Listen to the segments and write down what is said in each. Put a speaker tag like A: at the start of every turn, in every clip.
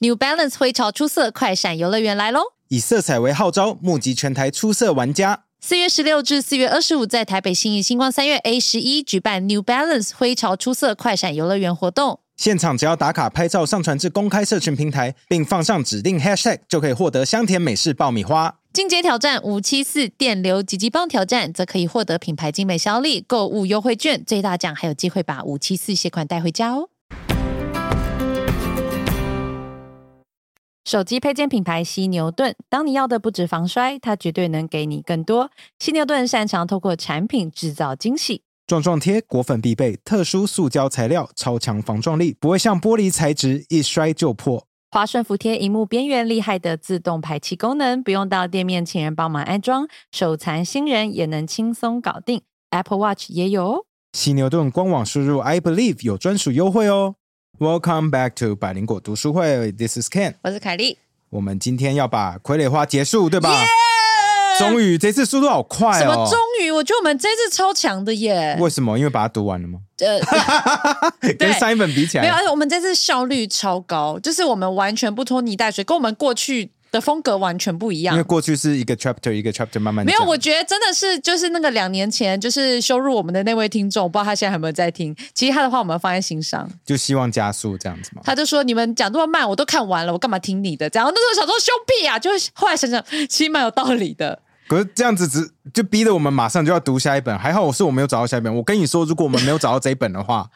A: New Balance 会潮出色快闪游乐园来喽！
B: 以色彩为号召，募集全台出色玩家。
A: 四月十六至四月二十五，在台北信义星光三月 A 十一举办 New Balance 灰潮出色快闪游乐园活动。
B: 现场只要打卡拍照，上传至公开社群平台，并放上指定 hashtag，就可以获得香甜美式爆米花。
A: 进阶挑战五七四电流极极棒挑战，则可以获得品牌精美小礼、购物优惠券，最大奖还有机会把五七四鞋款带回家哦。手机配件品牌犀牛盾，当你要的不止防摔，它绝对能给你更多。犀牛盾擅长透过产品制造惊喜。
B: 撞撞贴，果粉必备，特殊塑胶材料，超强防撞力，不会像玻璃材质一摔就破。
A: 滑顺服贴荧幕边缘，厉害的自动排气功能，不用到店面请人帮忙安装，手残新人也能轻松搞定。Apple Watch 也有哦。
B: 犀牛顿官网输入 I believe 有专属优惠哦。Welcome back to 百灵果读书会，This is Ken。
A: 我是凯莉，
B: 我们今天要把傀儡花结束，对吧终于，这次速度好快
A: 什么
B: 哦！
A: 终于？我觉得我们这次超强的耶！
B: 为什么？因为把它读完了吗？
A: 呃，
B: 跟上一本比起
A: 没有，
B: 来，
A: 而且我们这次效率超高，就是我们完全不拖泥带水，跟我们过去的风格完全不一
B: 因为
A: 样。
B: 过去是一个 chapter 一个 chapter 慢慢
A: 没有，
B: 讲
A: 我觉得真的是就是那个两年前就是羞辱我们的那位听众，我不知道他现在有没有在听。其实他的话我们放在心上，
B: 就希望加速这样子嘛。
A: 他就说你们讲这么慢，我都看完了，我干嘛听你的？这样那时候想说凶屁啊，就是后来想想其实蛮有道理的。
B: 可是这样子只就逼得我们马上就要读下一本，还好我是我没有找到下一本。我跟你说，如果我们没有找到这一本 的话，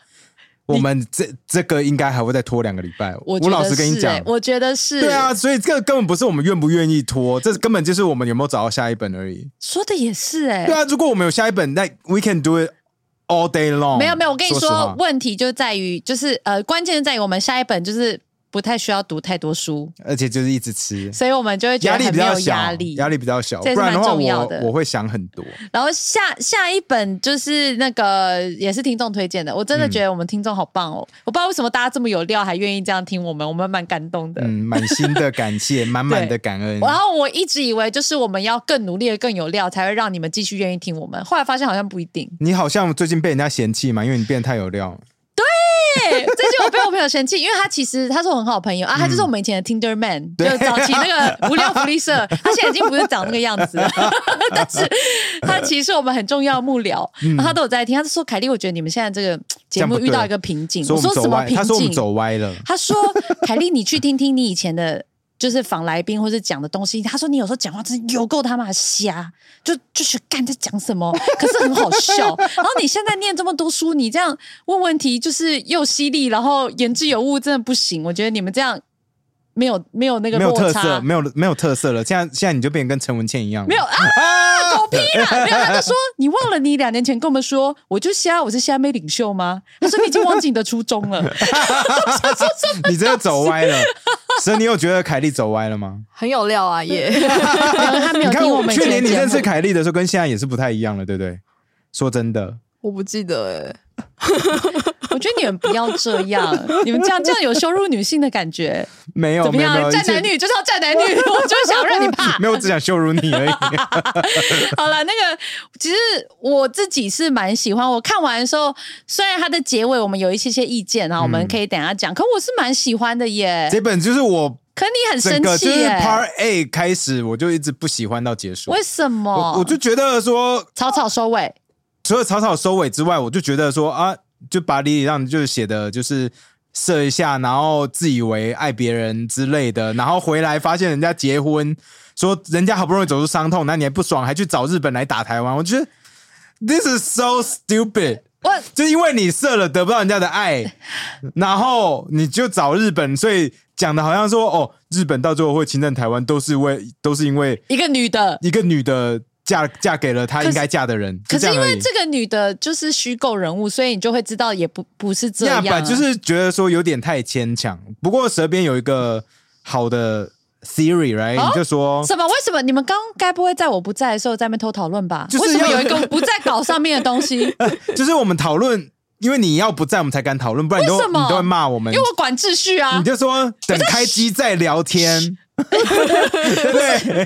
B: 我们这这个应该还会再拖两个礼拜。
A: 我
B: 我
A: 觉得
B: 老实跟你
A: 是
B: 讲
A: 欸，我觉得是
B: 对啊，，所以这个根本不是我们愿不愿意拖，这根本就是我们有没有找到下一本而已。
A: 说的也是哎、
B: 对啊，如果我们有下一本，那 we can do it all day long。
A: 没有没有，我跟你
B: 实
A: 说
B: 话，
A: 问题就在于就是呃，关键就在于我们下一本就是不太需要读太多书，
B: 而且就是一直吃，
A: 所以我们就会觉
B: 嗯压
A: 得
B: 力
A: 很
B: 比
A: 没
B: 较
A: 有
B: 小，
A: 压
B: 压
A: 力。
B: 比较小，
A: 这也是
B: 不然的话
A: 蛮重要
B: 我
A: 的
B: 我会想很多。
A: 然后下下一本就是那个也是听众推荐的，我
B: 嗯
A: 真的觉得我们听众好棒哦！我不知道为什么大家这么有料，还愿意这样听我们，我们蛮感动的。
B: 嗯，满心的 感谢，满满的感恩。
A: 然后我一直以为就是我们要更努力的、更有料，才会让你们继续愿意听我们。后来发现好像不一定。
B: 你好像最近被人家嫌弃嘛，因为你变得太有料。
A: 对，最近我被我朋友嫌弃，因为他其实他是我很好的朋友啊，他就是我们以前的 Tinder Man，、就 早期那个无聊福利社， 他现在已经不是长那个样 子了，但是他其实是我们很重要的幕僚，然后他都有在听，他就说凯莉，我觉得你们现嗯在这个节目遇到一个瓶颈，
B: 说我
A: 说
B: 们走
A: 什么
B: 歪，
A: 瓶
B: 他说我们
A: 颈？
B: 走歪了。
A: 他说凯莉，你去听听你以前的。就是访来宾或者讲的东西，他说你有时候讲话真的有够他妈瞎，就就是干在讲什么，可是很好笑。 然后你现在念这么多书，你这样问问题就是又犀利，然后言之有物，真的不行。我觉得你们这样没有没有那个
B: 没有
A: 落
B: 特
A: 差，
B: 色，没有没有特色了。现在现在你就变得跟陈文茜一样了，
A: 没有啊，狗屁 啦！没有，他就说你忘了你两年前跟我们说，我就瞎，我是瞎妹领袖吗？他说你已经忘记你的初衷了，
B: 你真的走歪了。所以你有觉得凯莉走歪了吗？
C: 很有料啊，也
A: 没有他没
B: 你
A: 有
B: 看
A: 听我们以
B: 去
A: 前
B: 年你
A: 的节
B: 认识
A: 目
B: 凯莉的时候，跟现在也是不太一样了，对不对？说真的，
C: 我不记得哎、
A: 我觉得你们不要这 样，你们这样这样有羞辱女性的感觉，
B: 没有
A: 怎么
B: 没有哦没
A: 样？
B: 有，
A: 站男
B: 一切
A: 女就是要站男女， 我就是想让你怕。
B: 没有，我 只想羞辱 你而已。
A: 好了，那个其实我自己是蛮喜欢，我看完的时候，虽然它的结尾我们有一些些意见啊，我们可以等一下讲，可我是蛮喜欢的耶。
B: 嗯这本就是我
A: 可你很
B: 整
A: 生
B: 个
A: 气
B: 就是
A: 耶？
B: Part A 开始，我就一直不喜欢到结束。
A: 为什么？
B: 我我就觉得说，
A: 草草收尾。
B: 除了草草收尾之外，我就觉得说啊，就把李李让就是写的就是射一下，然后自以为爱别人之类的，然后回来发现人家结婚，说人家好不容易走出伤痛，那你还不爽，还去找日本来打台湾，我觉得 this is so stupid。
A: 我
B: 就因为你射了得不到人家的爱，然后你就找日本，所以讲的好像说哦，日本到最后会侵占台湾，都是为都是因为
A: 一个女的，
B: 一个女的嫁嫁给了她
A: 可是
B: 应该嫁的人，
A: 可是
B: 就
A: 因
B: 样而
A: 为
B: 已
A: 这个女的就是虚构人物，所以你就会知道也不不是这样、啊。
B: 吧，就是觉得说有点太牵强。不过舌边有一个好的 theory，right？、
A: 哦
B: 你就说
A: 什么？为什么你们刚该不会在我不在的时候在那边偷讨论吧？
B: 就是
A: 为什么有
B: 要
A: 一个不在稿上面的东 西？因
B: 就是我们讨论，因为你要不在，我们才敢讨论，不然你都
A: 为什么
B: 你都会骂我们
A: 为。我管秩序啊
B: 你！就说等开机再聊天，对，
A: 对，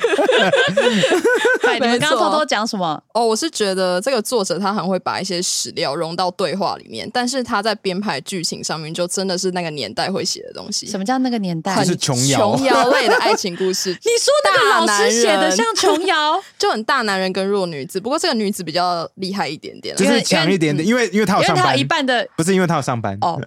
A: 哎你们刚刚
C: 没错
A: 偷偷讲什么？
C: 哦，我是觉得这个作者他很会把一些史料融到对话里面，但是他在编排剧情上面就真的是那个年代会写的东西，
A: 什么叫那个年代？
B: 很就是
A: 你，
B: 琼瑶
C: 琼瑶类的爱情故事
A: 说那个老师写
C: 大男
A: 的
C: 人
A: 像琼瑶，
C: 就很大男人跟弱女子，不过这个女子比较厉害一点点啊啦
B: 就
A: 因为
B: 是强一点点，因为因为他有
A: 因为
B: 上
A: 他
B: 班
A: 一，半的
B: 不是因为他有上班。
C: 哦，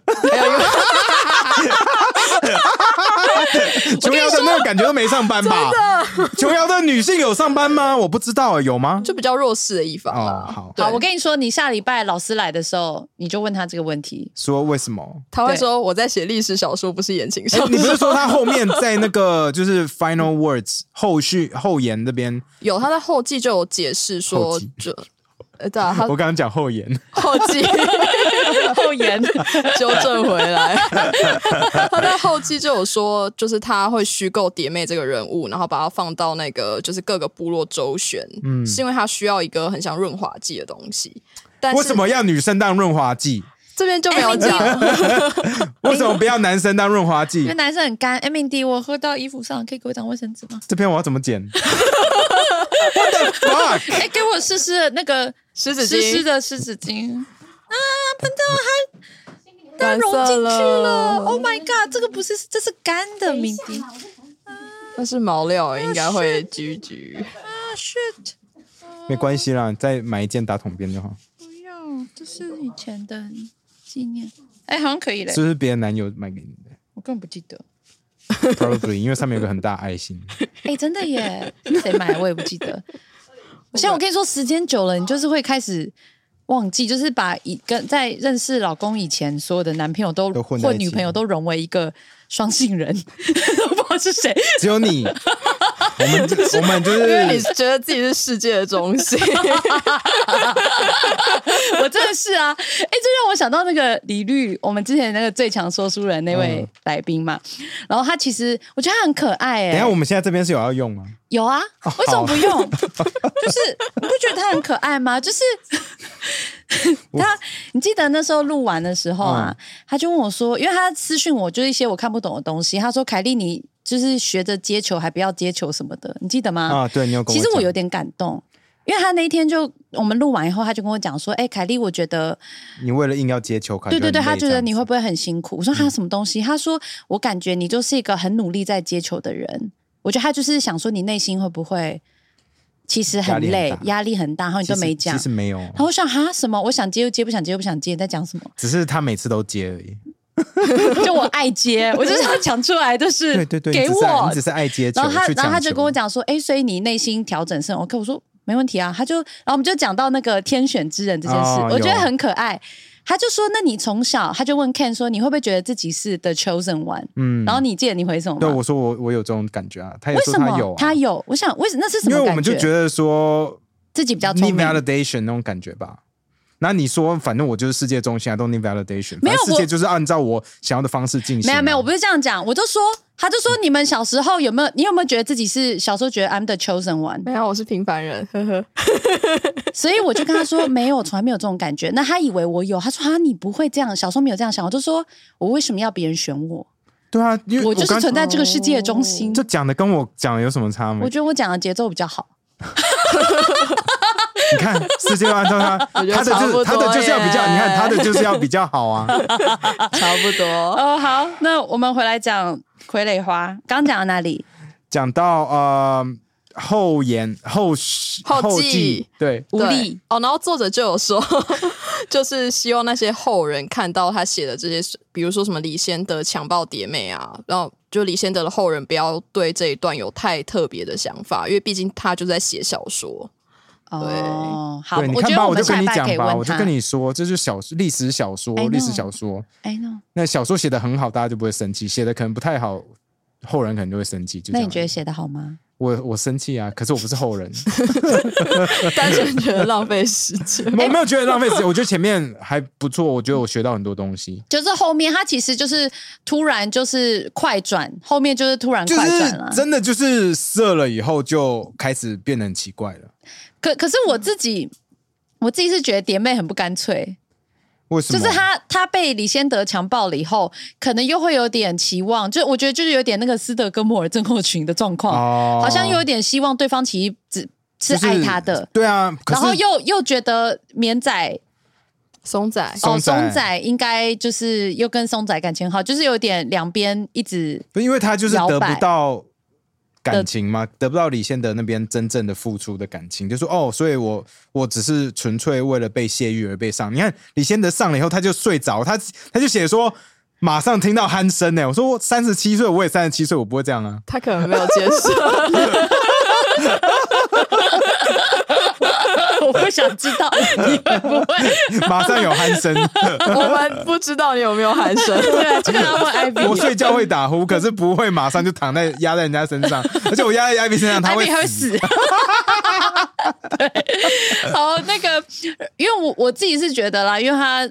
B: 琼瑶的那个感觉都没上班吧？琼瑶的女性有上班吗？我不知道，有吗？
C: 就比较弱势的一方啊啦。
B: 哦好
C: 对
A: 好，我跟你说，你下礼拜老师来的时候，你就问他这个问题。
B: 说为什么？
C: 他会说我在写历史小说，不是言情小
B: 哎
C: 说。
B: 你不是说他后面在那个就是 final words 后续后言那边？
C: 有他在后记就有解释
B: 后
C: 说
B: 记，
C: 就呃，对啊，他
B: 我刚刚讲后言，
C: 后记
A: 后言，
C: 纠正回来， 他在后记就有说，就是他会虚构蝶妹这个人物，然后把它放到那个就是各个部落周旋，
B: 嗯，
C: 是因为他需要一个很像润滑剂的东西。但是
B: 为什么要女生当润滑 剂？
C: 这边就没有
A: M&D
C: 讲？
B: 为什么不要男生当润滑
A: 因为
B: 剂？
A: 男生很干。哎，敏迪，我喝到衣服上，可以给我一张卫生纸 吗？
B: 这篇我要怎么剪？What the fuck？
A: 哎，给我试试那个
C: 湿纸
A: 湿湿
C: 巾
A: 的湿纸 巾。
C: 干
A: 融进去
C: 涩
A: 了，Oh my god！这个不是，这是干的，敏迪。
C: 那是毛料，应该会居居。
A: 啊 shit！
B: 没关系啦，再买一件打桶边就好。
A: 不要，这是以前的纪念。哎，好像可以嘞
B: 是，不是别的男友买给你 的
A: 我根本不记得。
B: ？Probably，因为上面有个很大的爱心。
A: 哎，真的耶， 谁买我也不记得。现在我跟你说，时间久了，你就是会开始忘记，就是把以跟在认识老公以前，所有的男朋友都
B: 都混在一
A: 或
B: 起
A: 女朋友都融为一个双性人， 我不知道是谁。
B: 只有 你，我们我们就
C: 因为你
B: 是
C: 觉得自己是世界的中 心，
A: 我真的是啊，哎、这让我想到那个李律，我们之前那个最强说书人那位
B: 嗯
A: 来宾嘛。然后他其实我觉得他很可爱、
B: 等一下
A: 哎，
B: 我们现在这边是有要用吗？
A: 有啊，
C: 哦
A: 为什么
B: 好
A: 不用？ 就是你不觉得他很可爱吗？就是 他，你记得那时候录完的时候啊，
C: 嗯
A: 他就问我说，因为他私讯我就是一些我看不懂的东西，他说凯莉你。就是学着接球，还不要接球什么的，你记得吗？
B: 啊，对你有跟
A: 其实
B: 我
A: 我
B: 讲
A: 有点感动，因为他那一天就我们录完以后，他就跟我讲说：“哎、凯莉，我觉得，
B: 你为了硬要接球，感
A: 对
B: 觉
A: 对对，
B: 很累
A: 他觉得你
B: 这
A: 会不会
B: 样子嗯
A: 很辛苦？”我说：“他什么东西？”他说：“我感觉你就是一个很努力在接球的人。”我觉得他就是想说，你内心会不会其实很累，
B: 压力很大
A: 压力很大，然后你都
B: 其实
A: 没讲
B: 其。实没有，
A: 然后我想哈什么？我想接就接，不想接就不想接，你在讲什么？
B: 只是他每次都接而已。
A: 就我爱接，我就是要讲出来，就是
B: 对对对，
A: 给
B: 你只是爱
A: 我
B: 你只是爱接球，
A: 然后他，
B: 去
A: 然后他
B: 抢
A: 就
B: 球
A: 跟我，讲说，哎，所以你内心调整是很 OK。我说没问题啊。他就，然后我们就讲到那个天选之人这件事，
B: 哦
A: 我觉得
B: 有
A: 很可爱。他就说，那你从小，他就问 Ken 说，你会不会觉得自己是 the chosen one？、
B: 嗯
A: 然后你记得你回什么吗？
B: 对我说我我有这种感觉啊，他也
A: 为
B: 说
A: 什么
B: 有啊，
A: 他有？我想为什那是什
B: 因
A: 么
B: 为
A: 感
B: 我们就觉得说
A: 自己比较
B: need
A: 聪明。
B: validation 那种感觉吧。那你说，反正我就是世界中心啊，都 need validation，
A: 没有
B: 反正世界
A: 我
B: 就是按照我想要的方式进行啊。
A: 没有没有，我不是这样讲，我就说，他就说你们小时候有没有？你有没有觉得自己是小时候觉得 I'm the chosen one？
C: 没有，我是平凡人，呵 呵。
A: 所以我就跟他说没有，从来没有这种感觉。那他以为我有，他说啊，你不会这样，小时候没有这样想。我就说我为什么要别人选我？
B: 对啊，因为
A: 我就是
B: 刚哦
A: 存在这个世界的中心。
B: 这讲的跟我讲的有什么差吗
A: 我？觉得我讲的节奏比较好，
B: 你看，世界要按照他，
C: 我觉得
B: 他的
C: 差
B: 就是
C: 不
B: 他
C: 多
B: 的就是要比较，
C: 耶
B: 你看他的就是要比较好啊。
C: 差不多。
A: 哦，好，那我们回来讲傀儡花，刚讲到哪里？
B: 讲到呃后言后续
C: 后记
B: 记，对，
A: 无
C: 对
A: 力。
C: 哦。然后作者就有说， 就是希望那些后人看到他写的这些，比如说什么李先德强暴蝶妹啊，然后就李先德的后人不要对这一段有太特别的想法，因为毕竟他就在写小说。
A: 哦，好，
B: 对，你
A: 我
B: 看
A: 觉
B: 吧，
A: 得
B: 我
A: 们
B: 就
A: 下一
B: 跟你
A: 拜可
B: 讲
A: 以问
B: 吧，
A: 他。
B: 我就跟你说，这就是小历史小说
A: I，know
B: 历史小说。
A: ，I know。
B: 那小说写的很好，大家就不会生气；写的可能不太好，后人可能就会生气。就这
A: 那
B: 样
A: 你觉得写的好吗？
B: 我我生气啊？可是我不是后 人，。
C: 单纯觉得浪费时 间
A: 哎
B: 我没有觉得浪费时间。我觉得前面还不错，我觉得我学到很多东西。
A: 就是后面他其实就是突然就是快转，后面就是突然
B: 就
A: 快转
B: 是
A: 了。
B: 真的，就是射了以后就开始变得很奇怪了。
A: 可可是我自己，我自己是觉得蝶妹很不干脆。
B: 为什
A: 就
B: 么？
A: 是他他被李先德强暴了以后，可能又会有点期望，就我觉得就是有点那个斯德哥莫尔症候群的状况，
B: 哦
A: 好像又有点希望对方其实只是
B: 就是
A: 爱他的，
B: 对啊，可
A: 然后
B: 是
A: 又又觉得绵仔
C: 松仔
B: 松
A: 哦
B: 仔
A: 松仔应该就是又跟松仔感情好，就是有点两边一 直
B: 不因为他就是
A: 摇
B: 得
A: 摆
B: 不到感情嘛，得不到李现德那边真正的付出的感情，就说哦，所以我我只是纯粹为了被泄欲而被上。你看李现德上了以后，他就睡着，他他就写说。马上听到鼾声欸呢，我说我三十七岁，我也三十七岁，我不会这样啊。
C: 他可能没有接受，
A: 我不想知道你会不会。
B: 马上有鼾声，
C: 我们不知道你有没有鼾声。
A: 对，这啊个要问 Ivy，
B: 我睡觉会打呼，可是不会马上就躺在压在人家身上，而且我压在艾比身上，他会
A: Ivy 还会死。 对，好，那个，因为我我自己是觉得啦，因为他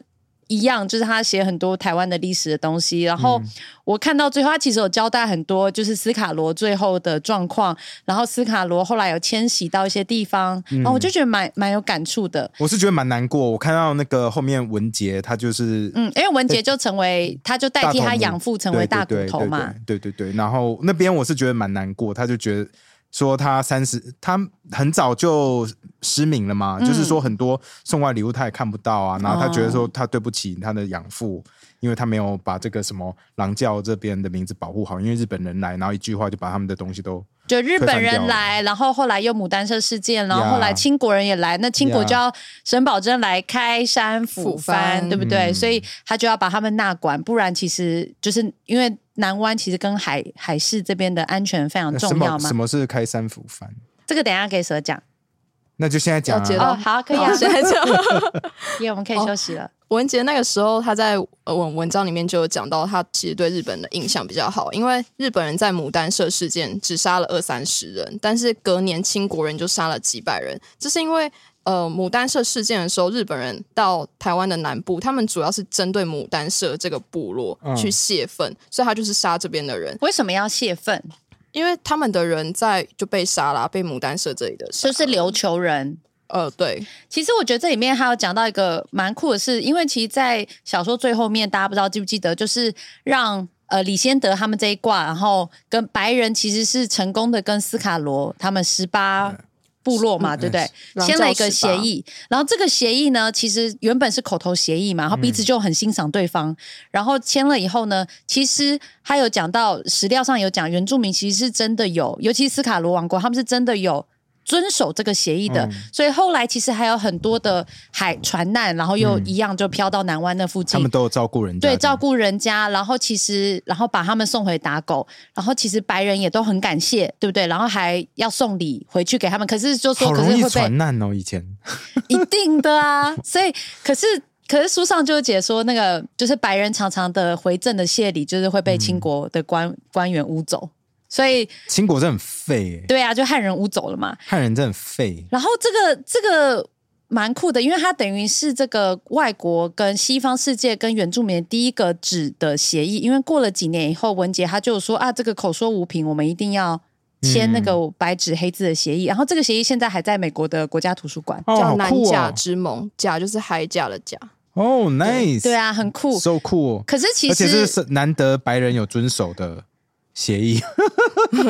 A: 一样，就是他写很多台湾的历史的东西，然后
B: 嗯
A: 我看到最后，他其实有交代很多，就是斯卡罗最后的状况，然后斯卡罗后来有迁徙到一些地方，然后我就
B: 嗯
A: 觉得蛮蛮有感触的。
B: 我是觉得蛮难过。我看到那个后面文杰，他就是
A: 嗯，因为文杰就成为，他就代替他养父成为大骨头嘛，
B: 对对对对对对对然后那边我是觉得蛮难过，他就觉得说他三十，他很早就失明了嘛，就是
A: 嗯
B: 说很多送外礼物他也看不到啊。然后他觉得
A: 哦
B: 说他对不起他的养父，因为他没有把这个什么狼教这边的名字保护好，因为日本人来，然后一句话就把他们的东西都
A: 就日
B: 推翻
A: 本
B: 掉
A: 人
B: 了
A: 来，然后后来又牡丹社事件，然后
B: Yeah
A: 后来清国人也来，那清国
B: Yeah
A: 就要沈葆桢来开山抚
C: 抚番
A: 番，对不对？
B: 嗯
A: 所以他就要把他们纳管，不然其实就是因为南湾其实跟海海事这边的安全非常
B: 那呃什
A: 重要
B: 么
A: 嘛
B: 什。么是开山抚番？
A: 这个等一下给蛇讲
B: 那就现在讲、
C: 要接
B: 啊
C: 到。
A: 哦，好，可以啊，
C: 现在这样。
A: 因为我们可以休息了。
C: 文杰那个时候，他在呃文文章里面就有讲到，他其实对日本的印象比较好，因为日本人在牡丹社事件只杀了二三十人，但是隔年清国人就杀了几百人，这是因为。呃，牡丹社事件的时候，日本人到台湾的南部，他们主要是针对牡丹社这个部落
B: 嗯
C: 去泄愤，所以他就是杀这边的人，
A: 为什么要泄愤？
C: 因为他们的人在就被杀啦，被牡丹社这里的杀
A: 就是琉球人，
C: 呃，对，
A: 其实我觉得这里面还有讲到一个蛮酷的事，因为其实，在小说最后面，大家不知道记不记得，就是让呃李先德他们这一卦，然后跟白人其实是成功的跟斯卡罗他们十八部落嘛，对不对？
C: 嗯
A: 签了一个
C: 狼教
A: 协议，然后这个协议呢，其实原本是口头协议嘛，然后彼此就很欣赏对方，然后签了以后呢，其实还有讲到史料上有讲，原住民其实是真的有，尤其斯卡罗王国，他们是真的有。遵守这个协议的，所以后来其实还有很多的海船难，然后又一样就飘到南湾那附
B: 嗯他
A: 近，
B: 们都有照顾人家的，
A: 对照顾人家，然后其实然后把他们送回打狗，然后其实白人也都很感谢，对不对？然后还要送礼回去给他们，可是就说
B: 好
A: 可是
B: 容易
A: 会被
B: 传难哦，以前。
A: 一定的啊。所以，可是可是书上就有解说，那个就是白人常常的回赠的谢礼，就是会
B: 嗯
A: 被清国的官、官员污走。所以，
B: 清国真的很废、欸，
A: 对啊，就汉人污走了嘛。
B: 汉人真的很废。欸
A: 然后这个这个蛮酷的，因为它等于是这个外国跟西方世界跟原住民第一个指的协议。因为过了几年以后，文杰他就说啊，这个口说无凭，我们一定要。签那个
B: 嗯
A: 白纸黑字的协议，然后这个协议现在还在美国的国家图书馆。
B: 哦，
C: 叫
B: 好
C: 南
B: 酷
C: 甲
B: 哦！
C: 之盟，甲就是海甲的甲，
B: 哦，nice，
A: 对啊，很酷。
B: ，so 酷哦。
A: 可是其
B: 而且
A: 实
B: 这是难得白人有遵守的协议，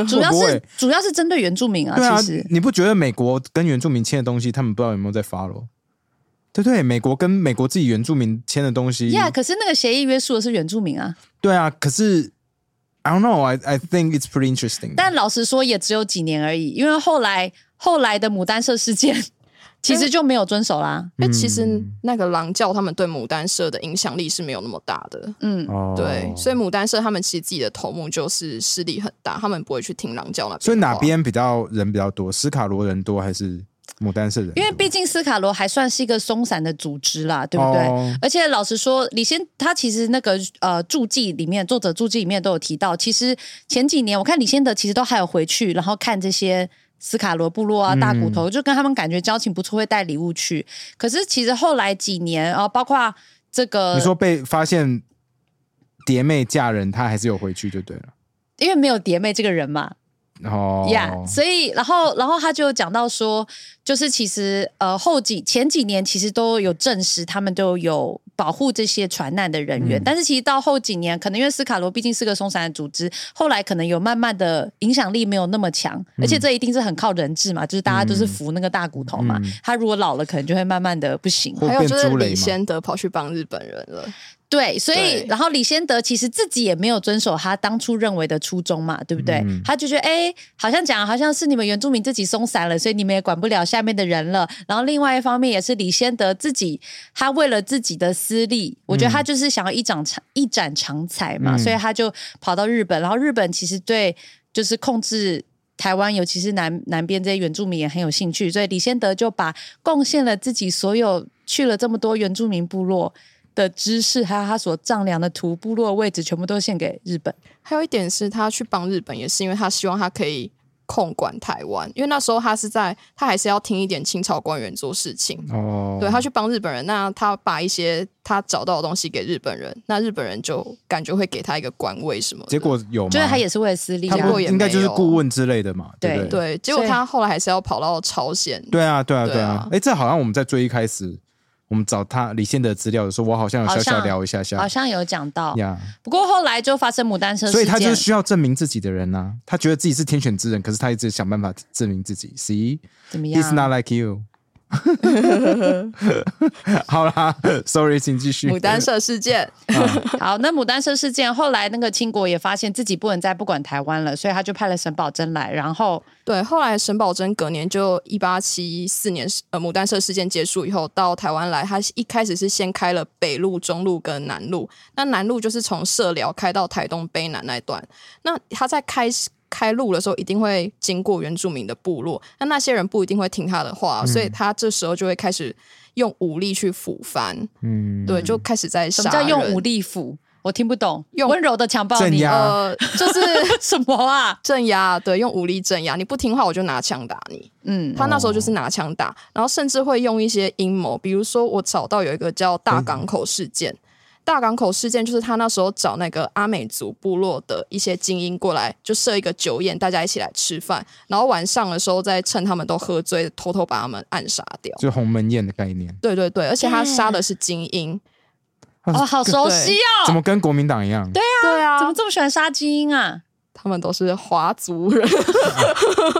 A: 主要
B: 会
A: 是
B: 不会
A: 主要是针对原住民啊，
B: 对啊
A: 其实，
B: 你不觉得美国跟原住民签的东西，他们不知道有没有在 follow？对对，美国跟美国自己原住民签的东西
A: ，Yeah，可是那个协议约束的是原住民啊。
B: 对啊，可是 I don't know，I I think it's pretty interesting。
A: 但老实说，也只有几年而已，因为后来后来的牡丹社事件， 其实就没有遵守啦。
C: 因为其实
B: 嗯
C: 那个狼教他们对牡丹社的影响力是没有那么大的，
A: 嗯，
B: 哦
C: 对，所以牡丹社他们其实自己的头目就是势力很大，他们不会去听狼教那边的话。
B: 所以哪边比较人比较多？斯卡罗人多还是牡丹社人多？
A: 因为毕竟斯卡罗还算是一个松散的组织啦，对不对？
B: 哦
A: 而且老实说，李先他其实那个呃注记里面，作者注记里面都有提到，其实前几年我看李先德其实都还有回去，然后看这些斯卡罗部落啊、大骨
B: 嗯
A: 头，就跟他们感觉交情不错，会带礼物去。可是其实后来几年啊、呃包括这个，
B: 你说被发现蝶妹嫁人，他还是有回去就对了。
A: 因为没有蝶妹这个人嘛，
B: 哦，
A: 呀、所以然后然后他就讲到说，就是其实呃后几前几年其实都有证实他们都有保护这些船难的人员。
B: 嗯
A: 但是其实到后几年，可能因为斯卡罗毕竟是个松散的组织，后来可能有慢慢的影响力没有那么强，
B: 嗯
A: 而且这一定是很靠人质嘛，就是大家就是扶那个大骨头嘛。
B: 嗯
A: 他如果老了，可能就会慢慢的不行。
B: 会
C: 还有
B: 变
C: 就是
B: 猪雷
C: 李
B: 吗
C: 先德跑去帮日本人了，
A: 对，所以
C: 对
A: 然后李先德其实自己也没有遵守他当初认为的初衷嘛，对不对？
B: 嗯
A: 他就觉得，哎、好像讲好像是你们原住民自己松散了，所以你们也管不了下面的人了。然后另外一方面也是李先德自己，他为了自己的私利，我觉得他就是想要一展长一展长才嘛，
B: 嗯
A: 所以他就跑到日本。然后日本其实对就是控制。台湾，尤其是南南边这些原住民也很有兴趣，所以李先德就把贡献了自己所有去了这么多原住民部落，的知识，还有他所丈量的图、部落的位置，全部都献给日本。
C: 还有一点是他去帮日本，也是因为他希望他可以控管台湾，因为那时候他是在他还是要听一点清朝官员做事情。
B: 哦，
C: 对他去帮日本人，那他把一些他找到的东西给日本人，那日本人就感觉会给他一个官位什么的。
B: 结果有吗？
A: 就是他也是为了私利
B: 他
A: 啊，
B: 不
C: 过也
B: 应该就是
C: 没有
B: 顾问之类的嘛，
A: 对
B: 不对？
C: 对，结果他后来还是要跑到朝鲜。
B: 对啊，对啊，
C: 对啊
B: 对啊！哎，这好像我们在最一开始，我们找他李现的资料的时候，我好像有小
A: 好
B: 小
A: 像
B: 聊一下下
A: 好像有讲到。
B: 呀，
A: 不过后来就发生牡丹车事件，
B: 所以他就是需要证明自己的人呐。他觉得自己是天选之人，可是他一直想办法证明自己。See,
A: 怎么
B: he's
A: 样？
B: not like you 。好啦，sorry，请 继续。嗯
C: 牡丹社事件，
A: 好，那牡丹社事件后来那个清国也发现自己不能再不管台湾了，所以他就派了沈葆桢来，然后
C: 对，后来沈葆桢隔年就一八七四年，呃，牡丹社事件结束以后，到台湾来，他一开始是先开了北路、中路跟南路。那南路就是从社寮开到台东卑南那一段。那他在开开路的时候，一定会经过原住民的部落，那那些人不一定会听他的
A: 嗯
C: 话，所以他这时候就会开始用武力去抚番。
B: 嗯，
C: 对，就开始在
A: 什
C: 杀
A: 么叫用
C: 人
A: 武？力啊辅？我听不懂，
C: 用
A: 温柔的强暴
B: 镇
A: 你，
B: 压
C: 呃，就是
A: 什么啊？
C: 镇压，对，用武力镇压，你不听话我就拿枪打你。
A: 嗯，
C: 他那时候就是拿枪打，然后甚至会用一些阴谋，比如说我找到有一个叫大港口事件。大港口事件就是他那时候找那个阿美族部落的一些精英过来，就设一个酒宴，大家一起来吃饭，然后晚上的时候再趁他们都喝醉，偷偷把他们暗杀掉。
B: 就鸿门宴的概念，
C: 对对对，而且他杀的是精英，
A: 哦，好熟悉哦，
B: 怎么跟国民党一样？对，
C: 对啊
A: 怎么这么喜欢杀精英啊？
C: 他们都是华族人。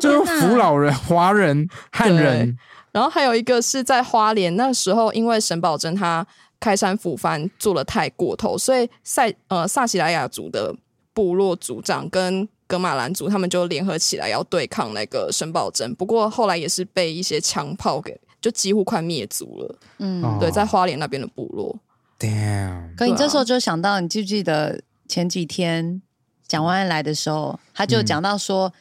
B: 就是扶老人、华人、汉人，
C: 然后还有一个是在花莲，那时候因为沈葆桢他开山抚番做的太过头，所以塞呃萨奇莱雅族的部落族长跟格马兰族他们就联合起来要对抗那个沈葆桢，不过后来也是被一些枪炮给就几乎快灭族了。
A: 嗯，
B: 哦
C: 对，在花莲那边的部落，
B: damn，
A: 可你
C: 对啊
A: 这时候就想到，你记不记得前几天蒋万安来的时候，他就讲到说，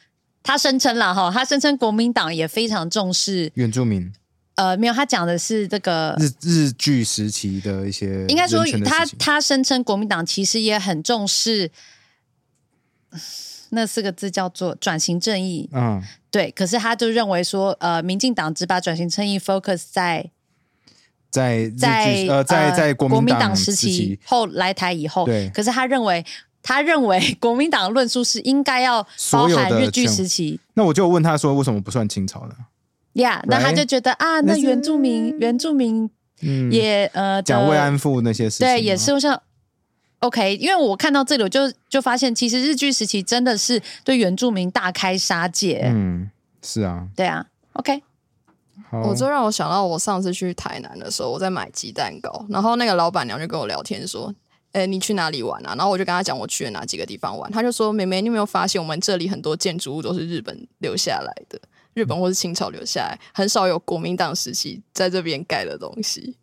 A: 他声称了哈，他声称国民党也非常重视，
B: 原住民
A: 呃，没有，他讲的是这个。
B: 日日据时期的一些
A: 呃应该说
B: 人权，的
A: 他
B: 事情
A: 他声称国民党其实也很重视，那四个字叫做转型正义。
B: 嗯，
A: 对，可是他就认为说，呃，民进党只把转型正义 focus 在
B: 在日据
A: 在
B: 呃在在国
A: 民
B: 民
A: 党
B: 时
A: 期，后来台以后
B: 对，
A: 可是他认为他认为国民党论述是应该要包
B: 所有的
A: 含日据
B: 全
A: 时期。
B: 那我就问他说为什么不算清朝呢？
A: 呀、那他
B: Right？
A: 就觉得啊，那
B: 那是
A: 原住民原住民
B: 嗯，
A: 也、呃
B: 讲慰
A: 的
B: 安妇那些事情吗，
A: 对，也是我想 OK，因为我看到这里，我就就发现其实日据时期真的是对原住民大开杀戒，
B: 嗯，是啊，
A: 对啊，OK，
B: 好，
C: 我这让我想到我上次去台南的时候，我在买鸡蛋糕，然后那个老板娘就跟我聊天说。哎，你去哪里玩啊？然后我就跟她讲我去了哪几个地方玩，她就说：“妹妹，你有没有发现我们这里很多建筑物都是日本留下来的，日本或是清朝留下来，很少有国民党时期在这边盖的东西。”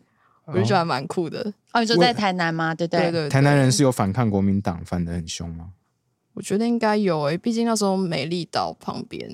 C: 我就觉得还蛮酷的。
A: 哦，你说在台南吗？对不
C: 对
A: 对？
C: 对对，
B: 哦呃台南人是有反抗国民党，反的很凶吗？
C: 我觉得应该有诶、毕竟那时候美丽岛旁边，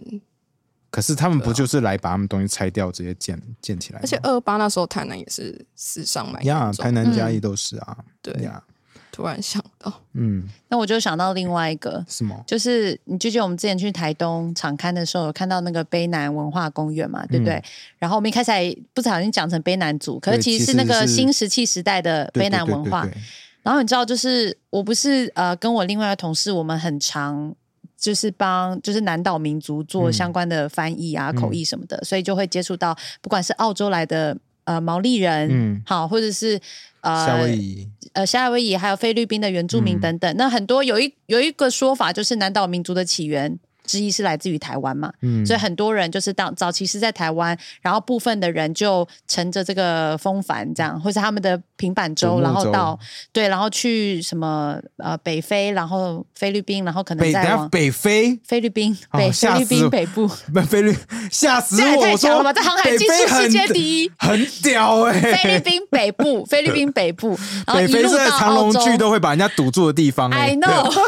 B: 可是他们不就是来把他们东西拆掉，直接建建起来吗？
C: 而且二八那时候台南也是死伤蛮
B: 呀，
C: 严重嗯
B: 台南嘉义都是啊，
C: 对
B: 呀，
C: 突然想到，
B: 嗯，
A: 那我就想到另外一个，
B: 什么？
A: 就是你记不记得我们之前去台东场刊的时候，有看到那个卑南文化公园嘛，对不对？然后我们一开始还不小心讲成卑南族，可是
B: 嗯对
A: 其
B: 其
A: 实是
B: 实
A: 那个
B: 是
A: 新石器时代的
B: 对
A: 卑南文化。
B: 对对对对
A: 然后你知道，就是我不是呃跟我另外一个同事，我们很常就是帮就是南岛民族做
B: 嗯
A: 相关的翻译啊、
B: 嗯
A: 口译什么的，所以就会接触到不管是澳洲来的呃毛利人，
B: 嗯
A: 好，或者是呃
B: 夏威夷，
A: 呃夏威夷还有菲律宾的原住民
B: 嗯
A: 等等。那很多有一有一个说法就是南岛民族的起源之一是来自于台湾嘛，
B: 嗯，
A: 所以很多人就是当早期是在台湾，然后部分的人就乘着这个风帆这样，或是他们的平板
B: 独
A: 舟，
B: 木
A: 然后
B: 舟
A: 到对，然后去什么呃北非，然后菲律宾，然后可能
B: 北等
A: 再
B: 下
A: 往。
B: 北非。
A: 菲律宾，
B: 哦
A: 北、
B: 吓
A: 菲律
B: 死我
A: 宾北部，
B: 不，菲律吓死
A: 这也
B: 我！
A: 太
B: 我
A: 强
B: 说
A: 了吧！这航海
B: 北
A: 技
B: 非
A: 术世
B: 很
A: 界第一，
B: 很屌哎、
A: 菲律宾北部，菲律宾北部，然后
B: 北
A: 一
B: 非
A: 路
B: 是在
A: 到
B: 长
A: 澳
B: 隆
A: 洲。
B: 剧都会把人家堵住的地方、欸。
A: I know 。